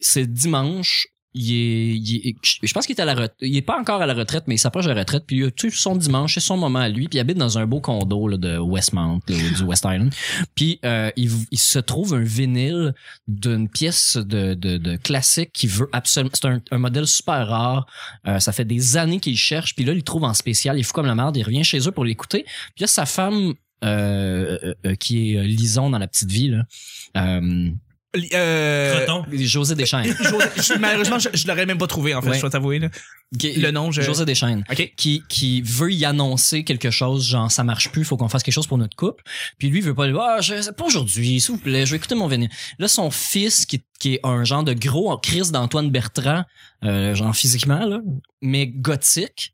[SPEAKER 3] c'est dimanche, il est, il est- je pense qu'il est à la retraite, il est pas encore à la retraite, mais il s'approche de la retraite, puis il a tout son dimanche, c'est son moment à lui, puis il habite dans un beau condo là, de Westmount, là, du West Island. Puis euh, il, il se trouve un vinyle d'une pièce de, de, de classique qui veut absolument... C'est un, un modèle super rare, euh, ça fait des années qu'il cherche, puis là, il le trouve en spécial, il fout comme la merde, il revient chez eux pour l'écouter. Puis là, sa femme, euh, euh, euh, qui est euh, Lison dans la petite ville, là, euh,
[SPEAKER 1] Li- euh,
[SPEAKER 2] Croton.
[SPEAKER 3] José Deschaines.
[SPEAKER 1] José- je- malheureusement, je, je l'aurais même pas trouvé, en fait,
[SPEAKER 3] Ouais.
[SPEAKER 1] je dois t'avouer. là.
[SPEAKER 3] qui-
[SPEAKER 1] Le nom, je...
[SPEAKER 3] José Deschaines.
[SPEAKER 1] OK.
[SPEAKER 3] Qui, qui veut y annoncer quelque chose, genre ça marche plus, faut qu'on fasse quelque chose pour notre couple. Puis lui il veut pas le voir, je pas aujourd'hui, s'il vous plaît, je vais écouter mon vénile. Là son fils qui, qui est un genre de gros Chris d'Antoine Bertrand, euh, genre physiquement là, mais gothique.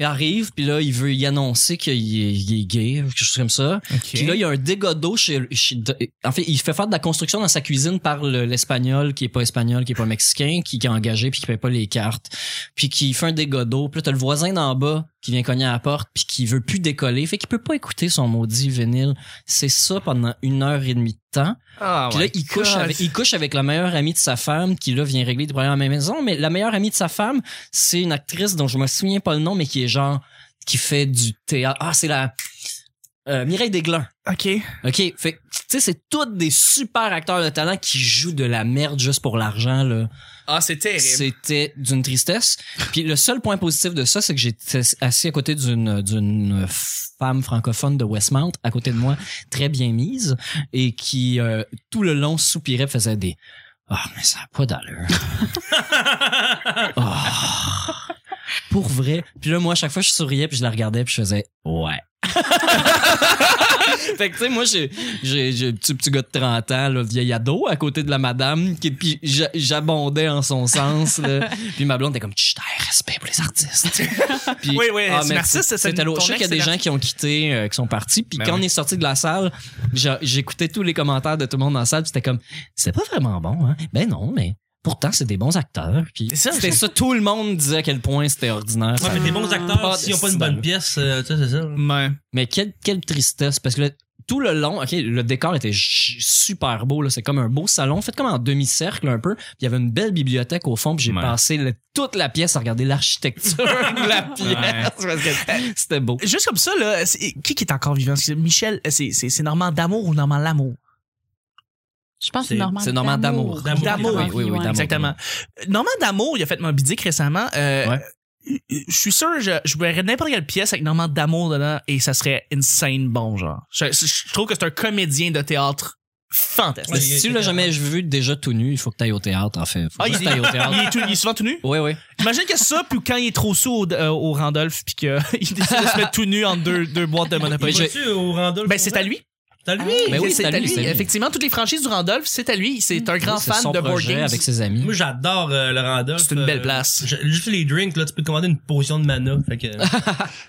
[SPEAKER 3] Il arrive, puis là, il veut y annoncer qu'il est, il est gay, quelque chose comme ça. Puis là, il y a un dégât d'eau chez, chez- de- En fait, il fait faire de la construction dans sa cuisine par le- l'espagnol qui est pas espagnol, qui est pas mexicain, qui, qui est engagé puis qui paye pas les cartes, puis qui fait un dégât d'eau. Puis là, t'as le voisin d'en bas qui vient cogner à la porte puis qui veut plus décoller, fait qu'il peut pas écouter son maudit vinyle. C'est ça pendant une heure et demie de temps.
[SPEAKER 1] Ah,
[SPEAKER 3] Puis là,
[SPEAKER 1] ouais.
[SPEAKER 3] il couche,
[SPEAKER 1] God.
[SPEAKER 3] avec, il couche avec la meilleure amie de sa femme qui, là, vient régler des problèmes à la maison. Mais la meilleure amie de sa femme, c'est une actrice dont je me souviens pas le nom, mais qui est genre, qui fait du théâtre. Ah, c'est la, euh, Mireille Desglins.
[SPEAKER 1] OK.
[SPEAKER 3] OK, fait que, tu sais c'est tous des super acteurs de talent qui jouent de la merde juste pour l'argent là.
[SPEAKER 1] Ah, c'est terrible.
[SPEAKER 3] C'était d'une tristesse. Puis le seul point positif de ça c'est que j'étais assis à côté d'une d'une femme francophone de Westmount à côté de moi, très bien mise et qui euh, tout le long soupirait, faisait des ah mais ça n'a pas d'allure. Ah. Pour vrai. Puis là moi à chaque fois je souriais puis je la regardais puis je faisais ouais. Fait que, tu sais, moi, j'ai, j'ai, j'ai un petit, petit gars de 30 ans, là, vieil ado, à côté de la madame, qui, puis j'a- j'abondais en son sens, là. Puis ma blonde était comme, chut, hey, respect pour les artistes. puis, ah,
[SPEAKER 1] Oui, oui, c'est
[SPEAKER 3] mais
[SPEAKER 1] un artiste, c'est-
[SPEAKER 3] c'était
[SPEAKER 1] ton
[SPEAKER 3] lourd. Je sais
[SPEAKER 1] ex,
[SPEAKER 3] qu'il y a des
[SPEAKER 1] c'est
[SPEAKER 3] gens qui ont quitté, euh, qui sont partis. Puis
[SPEAKER 1] Ben
[SPEAKER 3] quand
[SPEAKER 1] oui.
[SPEAKER 3] on est sorti de la salle, j'a- j'écoutais tous les commentaires de tout le monde dans la salle, puis c'était comme, c'est pas vraiment bon, hein. Ben non, mais. Pourtant, c'est des bons acteurs. Puis
[SPEAKER 1] C'est ça,
[SPEAKER 3] c'était ça, tout le monde disait à quel point c'était ordinaire.
[SPEAKER 2] Ouais,
[SPEAKER 3] Ça
[SPEAKER 2] mais des bons acteurs,
[SPEAKER 3] Pas
[SPEAKER 2] s'ils ont pas
[SPEAKER 3] de
[SPEAKER 2] une bonne
[SPEAKER 3] style.
[SPEAKER 2] pièce, euh, tu sais, c'est ça.
[SPEAKER 1] Ouais.
[SPEAKER 3] Mais quelle, quelle tristesse, parce que le- tout le long, ok, le décor était ch- super beau, là, c'est comme un beau salon, fait comme en demi-cercle un peu. puis Il y avait une belle bibliothèque au fond, puis j'ai
[SPEAKER 1] Ouais.
[SPEAKER 3] passé le- toute la pièce à regarder l'architecture de la pièce.
[SPEAKER 1] Ouais.
[SPEAKER 3] parce que C'était beau.
[SPEAKER 1] Euh, Juste comme ça, là, c'est- qui qui est encore vivant? Excusez, Michel, euh, c'est- c'est c'est Normand d'amour ou Normand l'amour?
[SPEAKER 4] Je pense que
[SPEAKER 2] C'est-
[SPEAKER 4] c'est Normand
[SPEAKER 3] c'est Normand
[SPEAKER 4] d'amour.
[SPEAKER 2] D'amour.
[SPEAKER 1] D'amour.
[SPEAKER 3] Oui, oui, oui,
[SPEAKER 4] Ouais.
[SPEAKER 3] d'amour.
[SPEAKER 1] Exactement. Euh, Normand d'amour, il a fait Moby Dick récemment. Euh,
[SPEAKER 3] Ouais.
[SPEAKER 1] Je je suis sûr, je, je verrais n'importe quelle pièce avec Normand d'amour dedans et ça serait insane bon, genre. Je, je trouve que c'est un comédien de théâtre fantastique.
[SPEAKER 2] Ouais, il
[SPEAKER 3] si
[SPEAKER 2] est-
[SPEAKER 3] tu l'as jamais vu déjà tout nu, il faut que tu ailles au théâtre, en fait. Faut
[SPEAKER 1] Ah,
[SPEAKER 3] juste
[SPEAKER 1] il est-
[SPEAKER 3] t'ailles au théâtre.
[SPEAKER 1] Il est, tout- il est souvent tout nu?
[SPEAKER 3] Oui, oui.
[SPEAKER 1] Imagine que ça, puis quand il est trop sourd au, euh, au Randolph, puis qu'il décide de se mettre tout nu en deux, deux boîtes de Monopoly.
[SPEAKER 3] Mais je-
[SPEAKER 2] Vas-tu au Randolph? Ah
[SPEAKER 1] Ben, c'est à lui.
[SPEAKER 2] C'est à lui.
[SPEAKER 3] Ben oui, c'est à lui, c'est à lui.
[SPEAKER 1] Effectivement, toutes les franchises du Randolph, c'est à lui. C'est un grand
[SPEAKER 3] C'est
[SPEAKER 1] fan
[SPEAKER 3] son
[SPEAKER 1] de board
[SPEAKER 3] projet
[SPEAKER 1] games.
[SPEAKER 3] avec ses amis.
[SPEAKER 2] Moi, j'adore euh, le Randolph.
[SPEAKER 1] C'est une belle
[SPEAKER 2] Euh,
[SPEAKER 1] place.
[SPEAKER 2] je- Juste les drinks, là, tu peux commander une potion de mana. Fait que.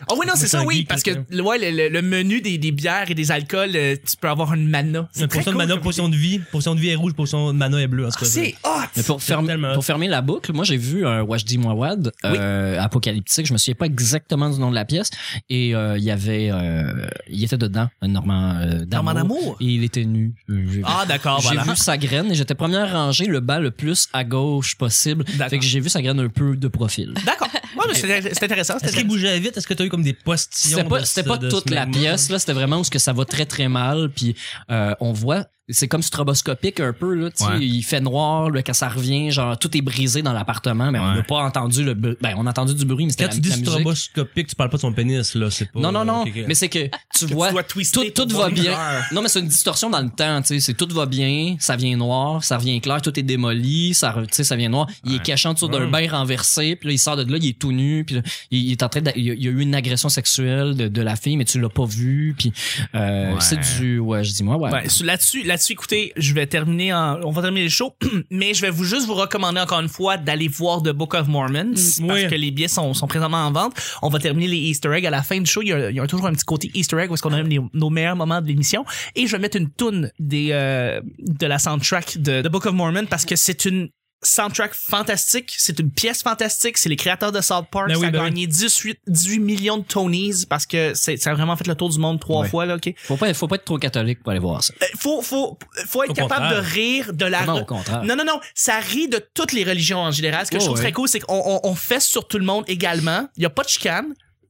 [SPEAKER 1] Oh oui, non, c'est
[SPEAKER 2] C'est
[SPEAKER 1] ça,
[SPEAKER 2] un
[SPEAKER 1] oui.
[SPEAKER 2] geek,
[SPEAKER 1] Parce que
[SPEAKER 2] là,
[SPEAKER 1] ouais, le, le- le menu des, des bières et des alcools, euh, tu peux avoir une mana. C'est
[SPEAKER 2] Une
[SPEAKER 1] très
[SPEAKER 2] potion de
[SPEAKER 1] cool
[SPEAKER 2] mana,
[SPEAKER 1] comme-
[SPEAKER 2] potion de vie. Potion de vie est rouge, potion de mana est bleue, en tout
[SPEAKER 1] Ah,
[SPEAKER 2] cas.
[SPEAKER 1] C'est hot!
[SPEAKER 3] Mais pour,
[SPEAKER 2] C'est
[SPEAKER 3] fermer,
[SPEAKER 2] tellement-
[SPEAKER 3] pour fermer la boucle, moi j'ai vu un Wajdi Mouawad euh, apocalyptique. Je me souviens pas exactement du nom de la pièce. Et euh, il y avait, euh, il était dedans, un Normand euh, d'amour.
[SPEAKER 1] Maman d'amour.
[SPEAKER 3] Et il était nu. Euh, J'ai
[SPEAKER 1] Ah, d'accord,
[SPEAKER 3] j'ai
[SPEAKER 1] voilà.
[SPEAKER 3] vu sa graine et j'étais première rangée, le bas le plus à gauche possible.
[SPEAKER 1] D'accord.
[SPEAKER 3] Fait que j'ai vu sa graine un peu de profil.
[SPEAKER 1] D'accord. Ouais, mais c'est c'est intéressant. c'est
[SPEAKER 2] Est-ce qu'il
[SPEAKER 1] intéressant.
[SPEAKER 2] bougeait vite? Est-ce que t'as eu comme des postillons?
[SPEAKER 3] C'était pas,
[SPEAKER 2] de-
[SPEAKER 3] c'était pas
[SPEAKER 2] de- de
[SPEAKER 3] toute
[SPEAKER 2] ce
[SPEAKER 3] la
[SPEAKER 2] moment?
[SPEAKER 3] pièce, là. C'était vraiment où ce que ça va très, très mal. Puis euh, on voit, c'est comme stroboscopique un peu, là. tu sais,
[SPEAKER 1] Ouais.
[SPEAKER 3] Il fait noir, là, quand ça revient, genre, tout est brisé dans l'appartement. Mais on
[SPEAKER 2] Ouais.
[SPEAKER 3] n'a pas entendu le... br- Ben, on a entendu du bruit, mais c'était
[SPEAKER 2] Quand
[SPEAKER 3] la,
[SPEAKER 2] tu dis
[SPEAKER 3] la musique.
[SPEAKER 2] stroboscopique, tu parles pas de son pénis, là. C'est pas.
[SPEAKER 3] Non, non, non.
[SPEAKER 2] Ok, ok.
[SPEAKER 3] Mais c'est que tu
[SPEAKER 1] Tu
[SPEAKER 3] vois...
[SPEAKER 1] dois
[SPEAKER 3] Tout,
[SPEAKER 1] twister
[SPEAKER 3] tout
[SPEAKER 1] pour
[SPEAKER 3] va
[SPEAKER 1] voir une
[SPEAKER 3] bien.
[SPEAKER 1] couleur.
[SPEAKER 3] Non, mais c'est une distorsion dans le temps, tu sais. C'est tout va bien, ça vient noir, ça revient clair, tout est démoli, ça, re- tu sais, ça vient noir. Il est caché en dessous d'un
[SPEAKER 2] Mm.
[SPEAKER 3] bain renversé, puis là, il sort de là, il est tout nu, puis là, il, il est en train de, il, y a- il y a eu une agression sexuelle de, de la fille, mais tu l'as pas vu, puis euh,
[SPEAKER 1] Ouais.
[SPEAKER 3] c'est du, ouais, je dis moi, ouais.
[SPEAKER 1] Ouais, Ben, sur- là-dessus, là-dessus, écoutez, je vais terminer, en- on va terminer le show, mais je vais vous juste vous recommander encore une fois d'aller voir The Book of Mormon parce
[SPEAKER 2] Mm, Oui.
[SPEAKER 1] que les billets sont, sont présentement en vente. On va terminer les Easter eggs à la fin du show. Il y a, il y a toujours un petit côté Easter egg où est-ce qu'on a les- nos meilleurs moments de l'émission et je vais mettre une toune des euh, de la soundtrack de The Book of Mormon parce que c'est une soundtrack fantastique, c'est une pièce fantastique, c'est les créateurs de South Park,
[SPEAKER 2] Ben oui,
[SPEAKER 1] ça a
[SPEAKER 2] ben oui.
[SPEAKER 1] gagné 18, 18 millions de Tonys parce que c'est, ça a vraiment fait le tour du monde trois
[SPEAKER 3] Ouais.
[SPEAKER 1] fois là, ok?
[SPEAKER 3] Faut pas, faut pas être trop catholique pour aller voir ça.
[SPEAKER 1] Euh, faut faut faut être
[SPEAKER 2] Au
[SPEAKER 1] capable de
[SPEAKER 2] contraire.
[SPEAKER 1] rire de la
[SPEAKER 3] Non, au contraire.
[SPEAKER 1] non, non, non, ça rit de toutes les religions en général. Ce que je
[SPEAKER 3] Oh,
[SPEAKER 1] trouve
[SPEAKER 3] ouais.
[SPEAKER 1] très cool, c'est qu'on on, on fesse sur tout le monde également. Il n'y a pas de chicane.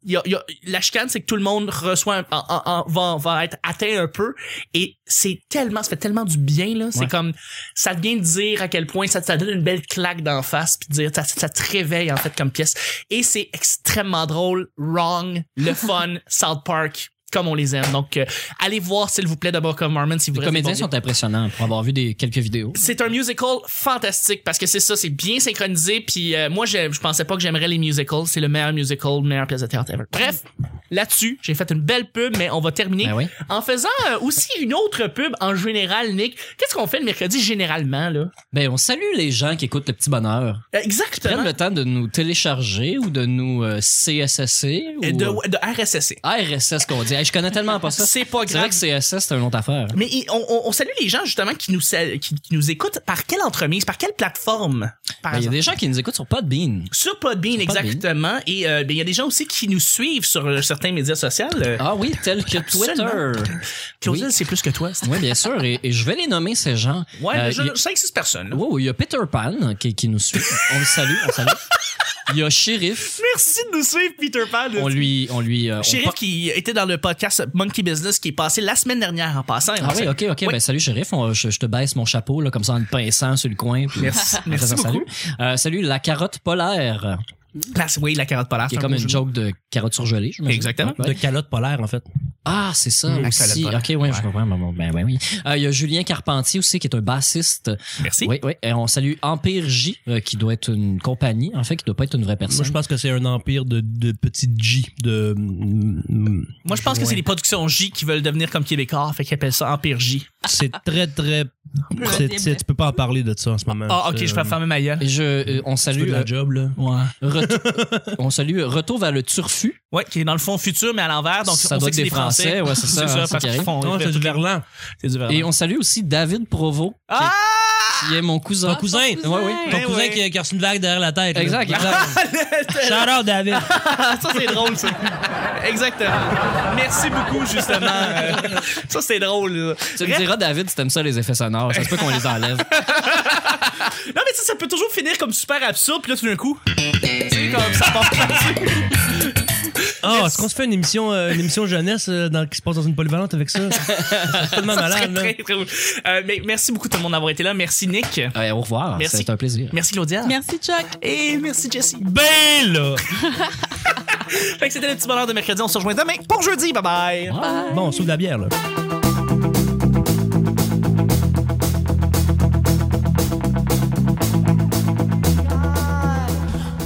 [SPEAKER 1] Il y a- il y a- la chicane, c'est que tout le monde reçoit, un- en- en- en- va, va être atteint un peu. Et c'est tellement, ça fait tellement du bien, là. C'est
[SPEAKER 3] Ouais.
[SPEAKER 1] comme, ça vient de dire à quel point ça, ça donne une belle claque d'en face, puis de dire, ça, ça te réveille, en fait, comme pièce. Et c'est extrêmement drôle, wrong, le fun, South Park, comme on les aime. Donc, euh, allez voir, s'il vous plaît, d'abord, comme Marmon, si vous
[SPEAKER 3] Les
[SPEAKER 1] restez
[SPEAKER 3] comédiens
[SPEAKER 1] tombés.
[SPEAKER 3] sont impressionnants pour avoir vu des, quelques vidéos.
[SPEAKER 1] C'est un musical fantastique parce que c'est ça, c'est bien synchronisé. Puis euh, moi, je, je pensais pas que j'aimerais les musicals. C'est le meilleur musical, meilleure pièce de théâtre ever. Bref, là-dessus, j'ai fait une belle pub, mais on va terminer
[SPEAKER 3] Ben oui.
[SPEAKER 1] en faisant euh, aussi une autre pub en général, Nick. Qu'est-ce qu'on fait le mercredi généralement, là?
[SPEAKER 3] Ben, on salue les gens qui écoutent le petit bonheur.
[SPEAKER 1] Euh,
[SPEAKER 3] Prennent
[SPEAKER 1] Exactement.
[SPEAKER 3] le temps de nous télécharger ou de nous euh, CSSC ou
[SPEAKER 1] Euh, De, de RSSC.
[SPEAKER 3] Ah, RSS qu'on dit. Hey, je connais tellement pas ça.
[SPEAKER 1] C'est pas
[SPEAKER 3] C'est vrai
[SPEAKER 1] grave.
[SPEAKER 3] que CSS, c'est une autre affaire.
[SPEAKER 1] Mais il- on, on- on salue les gens justement qui nous, sal- qui, qui nous écoutent par quelle entremise, par quelle plateforme? Par
[SPEAKER 3] Ben, Il y a
[SPEAKER 1] exemple?
[SPEAKER 3] des gens qui nous écoutent sur Podbean.
[SPEAKER 1] Sur Podbean,
[SPEAKER 3] Sur Podbean.
[SPEAKER 1] exactement. Et euh, ben, il y a des gens aussi qui nous suivent sur euh, certains médias sociaux. Euh,
[SPEAKER 3] Ah oui, tel que
[SPEAKER 1] Absolument.
[SPEAKER 3] Twitter.
[SPEAKER 1] Claudel,
[SPEAKER 3] Oui.
[SPEAKER 1] c'est plus que toi. c'est-
[SPEAKER 3] Oui, bien sûr. Et, et je vais les nommer, ces gens.
[SPEAKER 1] Ouais,
[SPEAKER 3] Euh,
[SPEAKER 1] mais je,
[SPEAKER 3] il y a-
[SPEAKER 1] 5-6 personnes. là.
[SPEAKER 3] Wow, il y a Peter Pan hein, qui, qui nous suit. On le salue, on le salue. Il y a Sheriff.
[SPEAKER 1] Merci de nous suivre, Peter Pan.
[SPEAKER 3] On lui. On lui euh, on
[SPEAKER 1] Sheriff
[SPEAKER 3] par-
[SPEAKER 1] qui était dans le podcast Monkey Business qui est passé la semaine dernière en passant.
[SPEAKER 3] Ah oui, ok, ok.
[SPEAKER 1] Oui.
[SPEAKER 3] Ben, salut, shérif. On- je, je te baisse mon chapeau, là, comme ça, en le pinçant sur le coin. puis-
[SPEAKER 1] Merci,
[SPEAKER 3] en
[SPEAKER 1] merci
[SPEAKER 3] faisant
[SPEAKER 1] beaucoup.
[SPEAKER 3] Salut. Euh, salut, la carotte polaire,
[SPEAKER 1] Là, c'est- oui, la carotte polaire.
[SPEAKER 3] qui
[SPEAKER 1] c'est
[SPEAKER 3] est
[SPEAKER 1] un
[SPEAKER 3] comme
[SPEAKER 1] bon
[SPEAKER 3] une
[SPEAKER 1] jeu de mots.
[SPEAKER 3] joke de carotte surgelée, je m'imagine.
[SPEAKER 1] Exactement.
[SPEAKER 3] Ouais.
[SPEAKER 2] De calotte polaire, en fait.
[SPEAKER 3] Ah, c'est ça
[SPEAKER 2] Mmh.
[SPEAKER 1] Mm,
[SPEAKER 3] aussi.
[SPEAKER 1] excellent.
[SPEAKER 3] Ok, ouais, je comprends. Bon, bon, Ben, ben oui. Euh, Il y a Julien Carpentier aussi qui est un bassiste.
[SPEAKER 1] Merci.
[SPEAKER 3] Oui, oui. Et on salue Empire J, euh, qui doit être une compagnie, en fait, qui doit pas être une vraie
[SPEAKER 2] Moi,
[SPEAKER 3] personne.
[SPEAKER 2] je pense que c'est un empire de, de petites J. De. mm,
[SPEAKER 1] Moi, je pense que c'est les productions J qui veulent devenir comme Québécois, fait qu'ils appellent ça Empire J.
[SPEAKER 2] C'est très, très. c'est- c'est- tu peux pas en parler de ça en ce moment.
[SPEAKER 1] Ah, ok,
[SPEAKER 2] C'est,
[SPEAKER 1] je vais
[SPEAKER 2] euh,
[SPEAKER 1] fermer ma gueule.
[SPEAKER 3] Et je, euh, on
[SPEAKER 2] tu veux
[SPEAKER 3] salue.
[SPEAKER 2] de la
[SPEAKER 3] euh,
[SPEAKER 2] job, là.
[SPEAKER 3] Retou- on salue Retour vers le Turfu.
[SPEAKER 1] Ouais, qui est dans le fond futur, mais à l'envers. Donc,
[SPEAKER 3] Ça
[SPEAKER 1] on sait
[SPEAKER 3] doit être
[SPEAKER 1] que c'est des
[SPEAKER 3] des
[SPEAKER 1] Français.
[SPEAKER 3] Français, ouais, c'est ça,
[SPEAKER 1] C'est
[SPEAKER 3] hein,
[SPEAKER 1] ça,
[SPEAKER 3] c'est
[SPEAKER 1] parce qu'ils
[SPEAKER 3] carré.
[SPEAKER 1] font.
[SPEAKER 2] Non, c'est du verlan.
[SPEAKER 1] C'est
[SPEAKER 2] Ah.
[SPEAKER 1] du verlan.
[SPEAKER 3] Et on salue aussi David Provo, qui-
[SPEAKER 1] Ah!
[SPEAKER 3] qui, est mon cousin.
[SPEAKER 2] Ton cousin.
[SPEAKER 4] cousin.
[SPEAKER 2] Ouais, ouais. Ton
[SPEAKER 1] Eh
[SPEAKER 2] cousin
[SPEAKER 1] ouais.
[SPEAKER 2] qui a- qui a reçu une vague derrière la tête. là. Ah,
[SPEAKER 3] Exact, exact.
[SPEAKER 2] Shout out, David.
[SPEAKER 1] Ah, ça c'est drôle ça. Exactement. Merci beaucoup justement. Euh, Ça c'est drôle. là.
[SPEAKER 3] Tu me
[SPEAKER 1] Bref,
[SPEAKER 3] diras, David, si t'aimes ça, les effets sonores. Ça se peut qu'on les enlève.
[SPEAKER 1] Non mais ça, ça peut toujours finir comme super absurde puis là tout d'un coup, c'est comme ça part partout.
[SPEAKER 2] Ah, est-ce qu'on se fait une émission, euh, une émission jeunesse euh, dans, qui se passe dans une polyvalente avec ça? C'est tellement
[SPEAKER 1] Ça serait
[SPEAKER 2] malade, là.
[SPEAKER 1] très, très drôle. Euh, mais merci beaucoup tout le monde d'avoir été là. Merci Nick.
[SPEAKER 3] Ouais, au revoir.
[SPEAKER 1] Merci.
[SPEAKER 3] C'est un plaisir.
[SPEAKER 1] Merci Claudia.
[SPEAKER 4] Merci, Chuck.
[SPEAKER 1] Et merci Jessie.
[SPEAKER 2] Ben, là!
[SPEAKER 1] Fait que c'était le petit bonheur de mercredi. On se rejoint demain pour jeudi. Bye bye.
[SPEAKER 2] Bon, on s'ouvre la bière, là.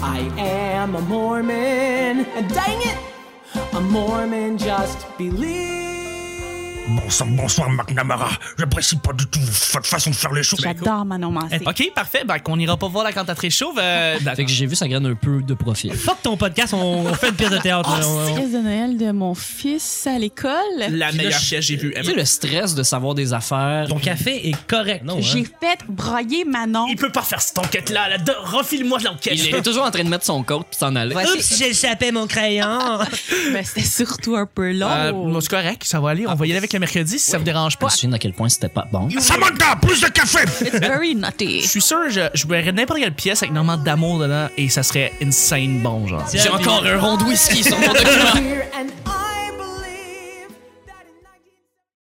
[SPEAKER 6] I am a Mormon. And dang it! A Mormon just believes.
[SPEAKER 5] Bon sang, bonsoir, McNamara. J'apprécie pas du tout votre façon de faire les choses.
[SPEAKER 4] J'adore Manon Massé.
[SPEAKER 1] Ok parfait. Ben qu'on ira pas voir la cantatrice chauve. euh,
[SPEAKER 3] Fait que j'ai vu sa graine un peu de profil.
[SPEAKER 2] Fuck ton podcast, on, on fait une pièce de théâtre. là. On- on-
[SPEAKER 4] Pièce de Noël Ah, de mon fils à l'école.
[SPEAKER 1] la
[SPEAKER 3] là,
[SPEAKER 1] meilleure
[SPEAKER 3] je-
[SPEAKER 1] pièce que j'ai vue.
[SPEAKER 2] ben-
[SPEAKER 3] Tu sais, le stress de savoir des affaires.
[SPEAKER 2] Ton café est correct. Non, hein?
[SPEAKER 4] J'ai fait broyer Manon.
[SPEAKER 1] Il peut pas faire cette enquête là. Refile-moi l'enquête.
[SPEAKER 3] il était toujours en train de mettre son coat puis s'en aller.
[SPEAKER 2] Oups, j'ai échappé mon crayon.
[SPEAKER 4] Ben, c'était surtout un peu long.
[SPEAKER 2] Ah, oh.
[SPEAKER 1] Euh, non, c'est Euh, correct, ça va aller. On va y aller avec la jusqu'à mercredi, si ça vous dérange
[SPEAKER 3] Je
[SPEAKER 1] pas.
[SPEAKER 3] me souviens à quel point c'était pas bon.
[SPEAKER 5] Samantha, plus de café
[SPEAKER 4] It's very
[SPEAKER 1] Je
[SPEAKER 4] naughty.
[SPEAKER 1] suis sûr, je, je verrais n'importe quelle pièce avec énormément d'amour dedans et ça serait insane bon, genre.
[SPEAKER 2] J'ai encore
[SPEAKER 1] un rond de whisky sur
[SPEAKER 6] Here and